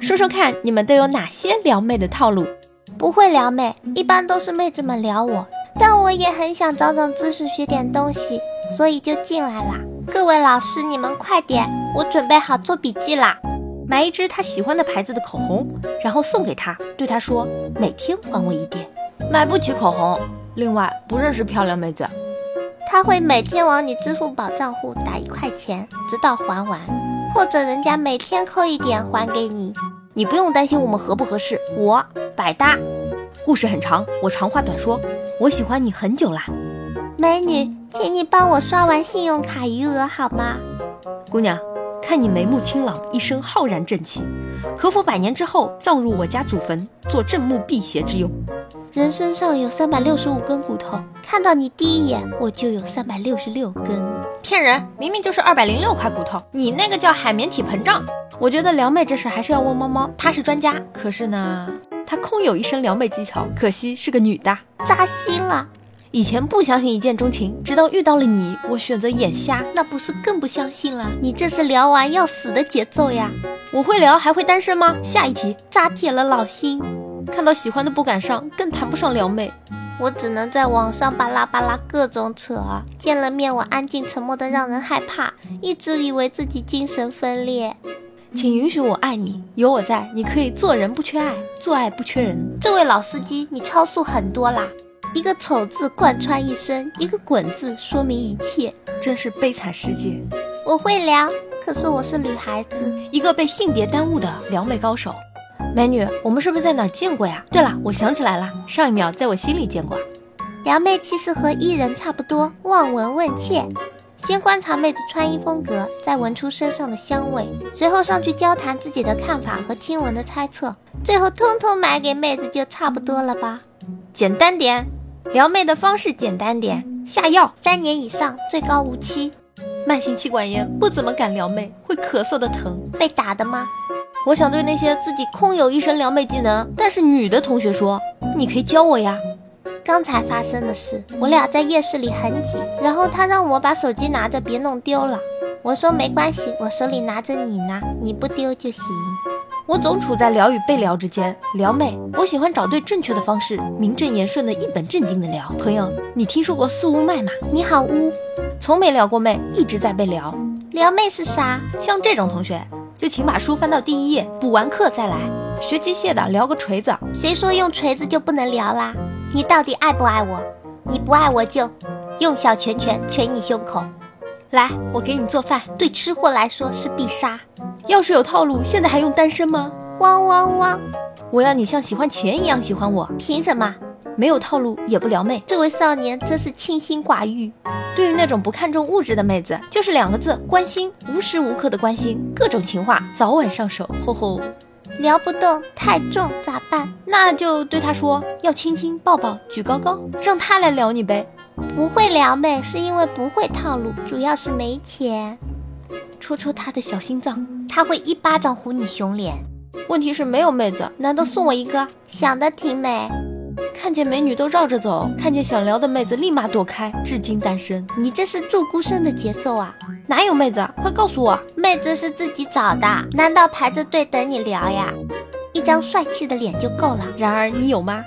说说看你们都有哪些撩妹的套路？不会撩妹，一般都是妹子们撩我，但我也很想长长知识，学点东西，所以就进来啦。各位老师，你们快点，我准备好做笔记啦。买一支他喜欢的牌子的口红，然后送给他，对他说：“每天还我一点。”买不起口红，另外不认识漂亮妹子。他会每天往你支付宝账户打一块钱，直到还完，或者人家每天扣一点还给你。你不用担心我们合不合适，我百搭。故事很长，我长话短说。我喜欢你很久啦，美女，请你帮我刷完信用卡余额好吗？姑娘，看你眉目清朗，一身浩然正气，可否百年之后葬入我家祖坟，做镇墓辟邪之用？人身上有三百六十五根骨头，看到你第一眼我就有三百六十六根。骗人，明明就是二百零六块骨头，你那个叫海绵体膨胀。我觉得撩妹这事还是要问猫猫，他是专家。可是呢，他空有一身撩妹技巧，可惜是个女的。扎心了，以前不相信一见钟情，直到遇到了你，我选择眼瞎，那不是更不相信了？你这是聊完要死的节奏呀！我会聊还会单身吗？下一题，扎铁了老心，看到喜欢的不敢上，更谈不上撩妹。我只能在网上巴拉巴拉各种扯啊。见了面我安静沉默的让人害怕，一直以为自己精神分裂。请允许我爱你，有我在，你可以做人不缺爱，做爱不缺人。这位老司机，你超速很多啦！一个丑字贯穿一生，一个滚字说明一切，真是悲惨世界。我会聊，可是我是女孩子，一个被性别耽误的撩妹高手。美女，我们是不是在哪儿见过呀？对了，我想起来了，上一秒在我心里见过。撩妹其实和艺人差不多，望闻问切。先观察妹子穿衣风格，再闻出身上的香味，随后上去交谈自己的看法和听闻的猜测，最后通通买给妹子就差不多了吧？简单点，撩妹的方式简单点，下药，三年以上，最高无期。慢性气管炎不怎么敢撩妹，会咳嗽的疼。被打的吗？我想对那些自己空有一身撩妹技能，但是女的同学说，你可以教我呀。刚才发生的事，我俩在夜市里很挤，然后他让我把手机拿着，别弄丢了。我说没关系，我手里拿着你呢，你不丢就行。我总处在聊与被聊之间，撩妹，我喜欢找对正确的方式，名正言顺的一本正经的聊。朋友，你听说过素污麦吗？你好污，从没撩过妹，一直在被聊。撩妹是啥？像这种同学，就请把书翻到第一页，补完课再来。学机械的聊个锤子，谁说用锤子就不能聊啦？你到底爱不爱我？你不爱我就用小拳拳捶你胸口。来，我给你做饭。对吃货来说是必杀。要是有套路，现在还用单身吗？汪汪汪！我要你像喜欢钱一样喜欢我。凭什么？没有套路也不撩妹。这位少年真是清心寡欲。对于那种不看重物质的妹子，就是两个字：关心，无时无刻的关心，各种情话，早晚上手。吼吼。聊不动太重咋办？那就对他说，要亲亲抱抱举高高，让他来撩你呗。不会撩妹是因为不会套路，主要是没钱。戳戳他的小心脏，他会一巴掌呼你熊脸。问题是没有妹子，难道送我一个？想的挺美。看见美女都绕着走，看见想聊的妹子立马躲开，至今单身。你这是祝孤生的节奏啊！哪有妹子？快告诉我，妹子是自己找的，难道排着队等你聊呀？一张帅气的脸就够了。然而你有吗？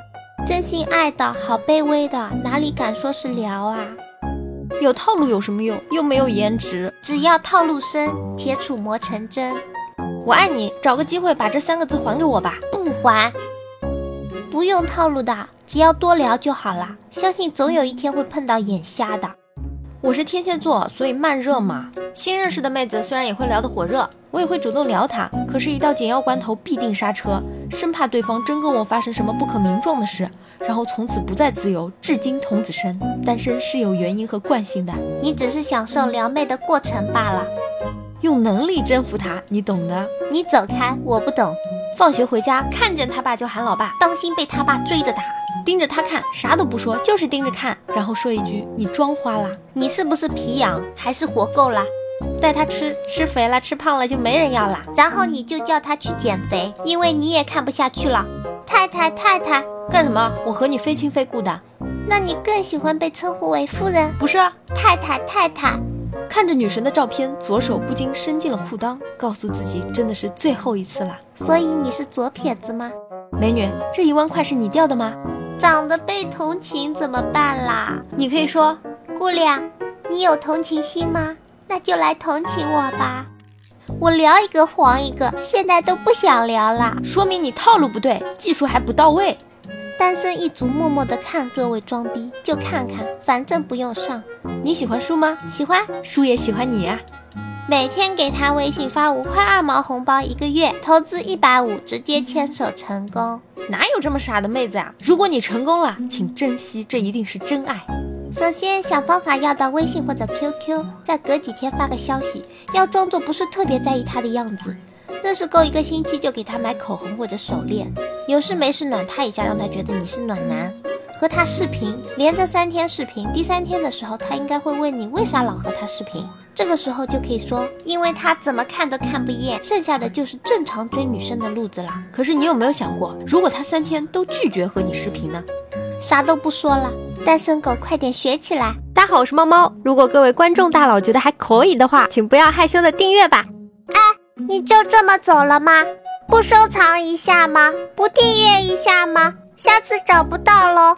真心爱的好卑微的，哪里敢说是聊啊？有套路有什么用？又没有颜值，只要套路深，铁杵磨成针。我爱你，找个机会把这三个字还给我吧。不还，不用套路的，只要多聊就好啦。相信总有一天会碰到眼瞎的。我是天蝎座，所以慢热嘛。新认识的妹子虽然也会聊得火热，我也会主动撩她，可是，一到紧要关头必定刹车，生怕对方真跟我发生什么不可名状的事，然后从此不再自由，至今童子身。单身是有原因和惯性的，你只是享受撩妹的过程罢了。用能力征服她，你懂的。你走开，我不懂。放学回家，看见他爸就喊老爸，当心被他爸追着打。盯着他看，啥都不说，就是盯着看，然后说一句：“你妆花啦，你是不是皮痒，还是活够啦？”带他吃，吃肥了，吃胖了就没人要啦。然后你就叫他去减肥，因为你也看不下去了。太太太太，干什么？我和你非亲非故的。那你更喜欢被称呼为夫人？不是，啊太太太太。看着女神的照片，左手不禁伸进了裤裆，告诉自己真的是最后一次啦。所以你是左撇子吗？美女，这一万块是你掉的吗？长得被同情怎么办啦？你可以说，姑娘，你有同情心吗？那就来同情我吧。我聊一个黄一个，现在都不想聊啦。说明你套路不对，技术还不到位。单身一族默默的看各位装逼，就看看，反正不用上。你喜欢书吗？喜欢书也喜欢你啊。每天给他微信发五块二毛红包，一个月投资一百五，直接牵手成功。哪有这么傻的妹子啊？如果你成功了，请珍惜，这一定是真爱。首先想方法要到微信或者 QQ，再隔几天发个消息，要装作不是特别在意他的样子。认识够一个星期就给他买口红或者手链，有事没事暖他一下，让他觉得你是暖男。和他视频，连着三天视频，第三天的时候他应该会问你为啥老和他视频，这个时候就可以说，因为他怎么看都看不厌。剩下的就是正常追女生的路子啦，可是你有没有想过，如果他三天都拒绝和你视频呢？啥都不说了，单身狗快点学起来。大家好，我是猫猫。如果各位观众大佬觉得还可以的话，请不要害羞的订阅吧。你就这么走了吗？不收藏一下吗？不订阅一下吗？下次找不到喽。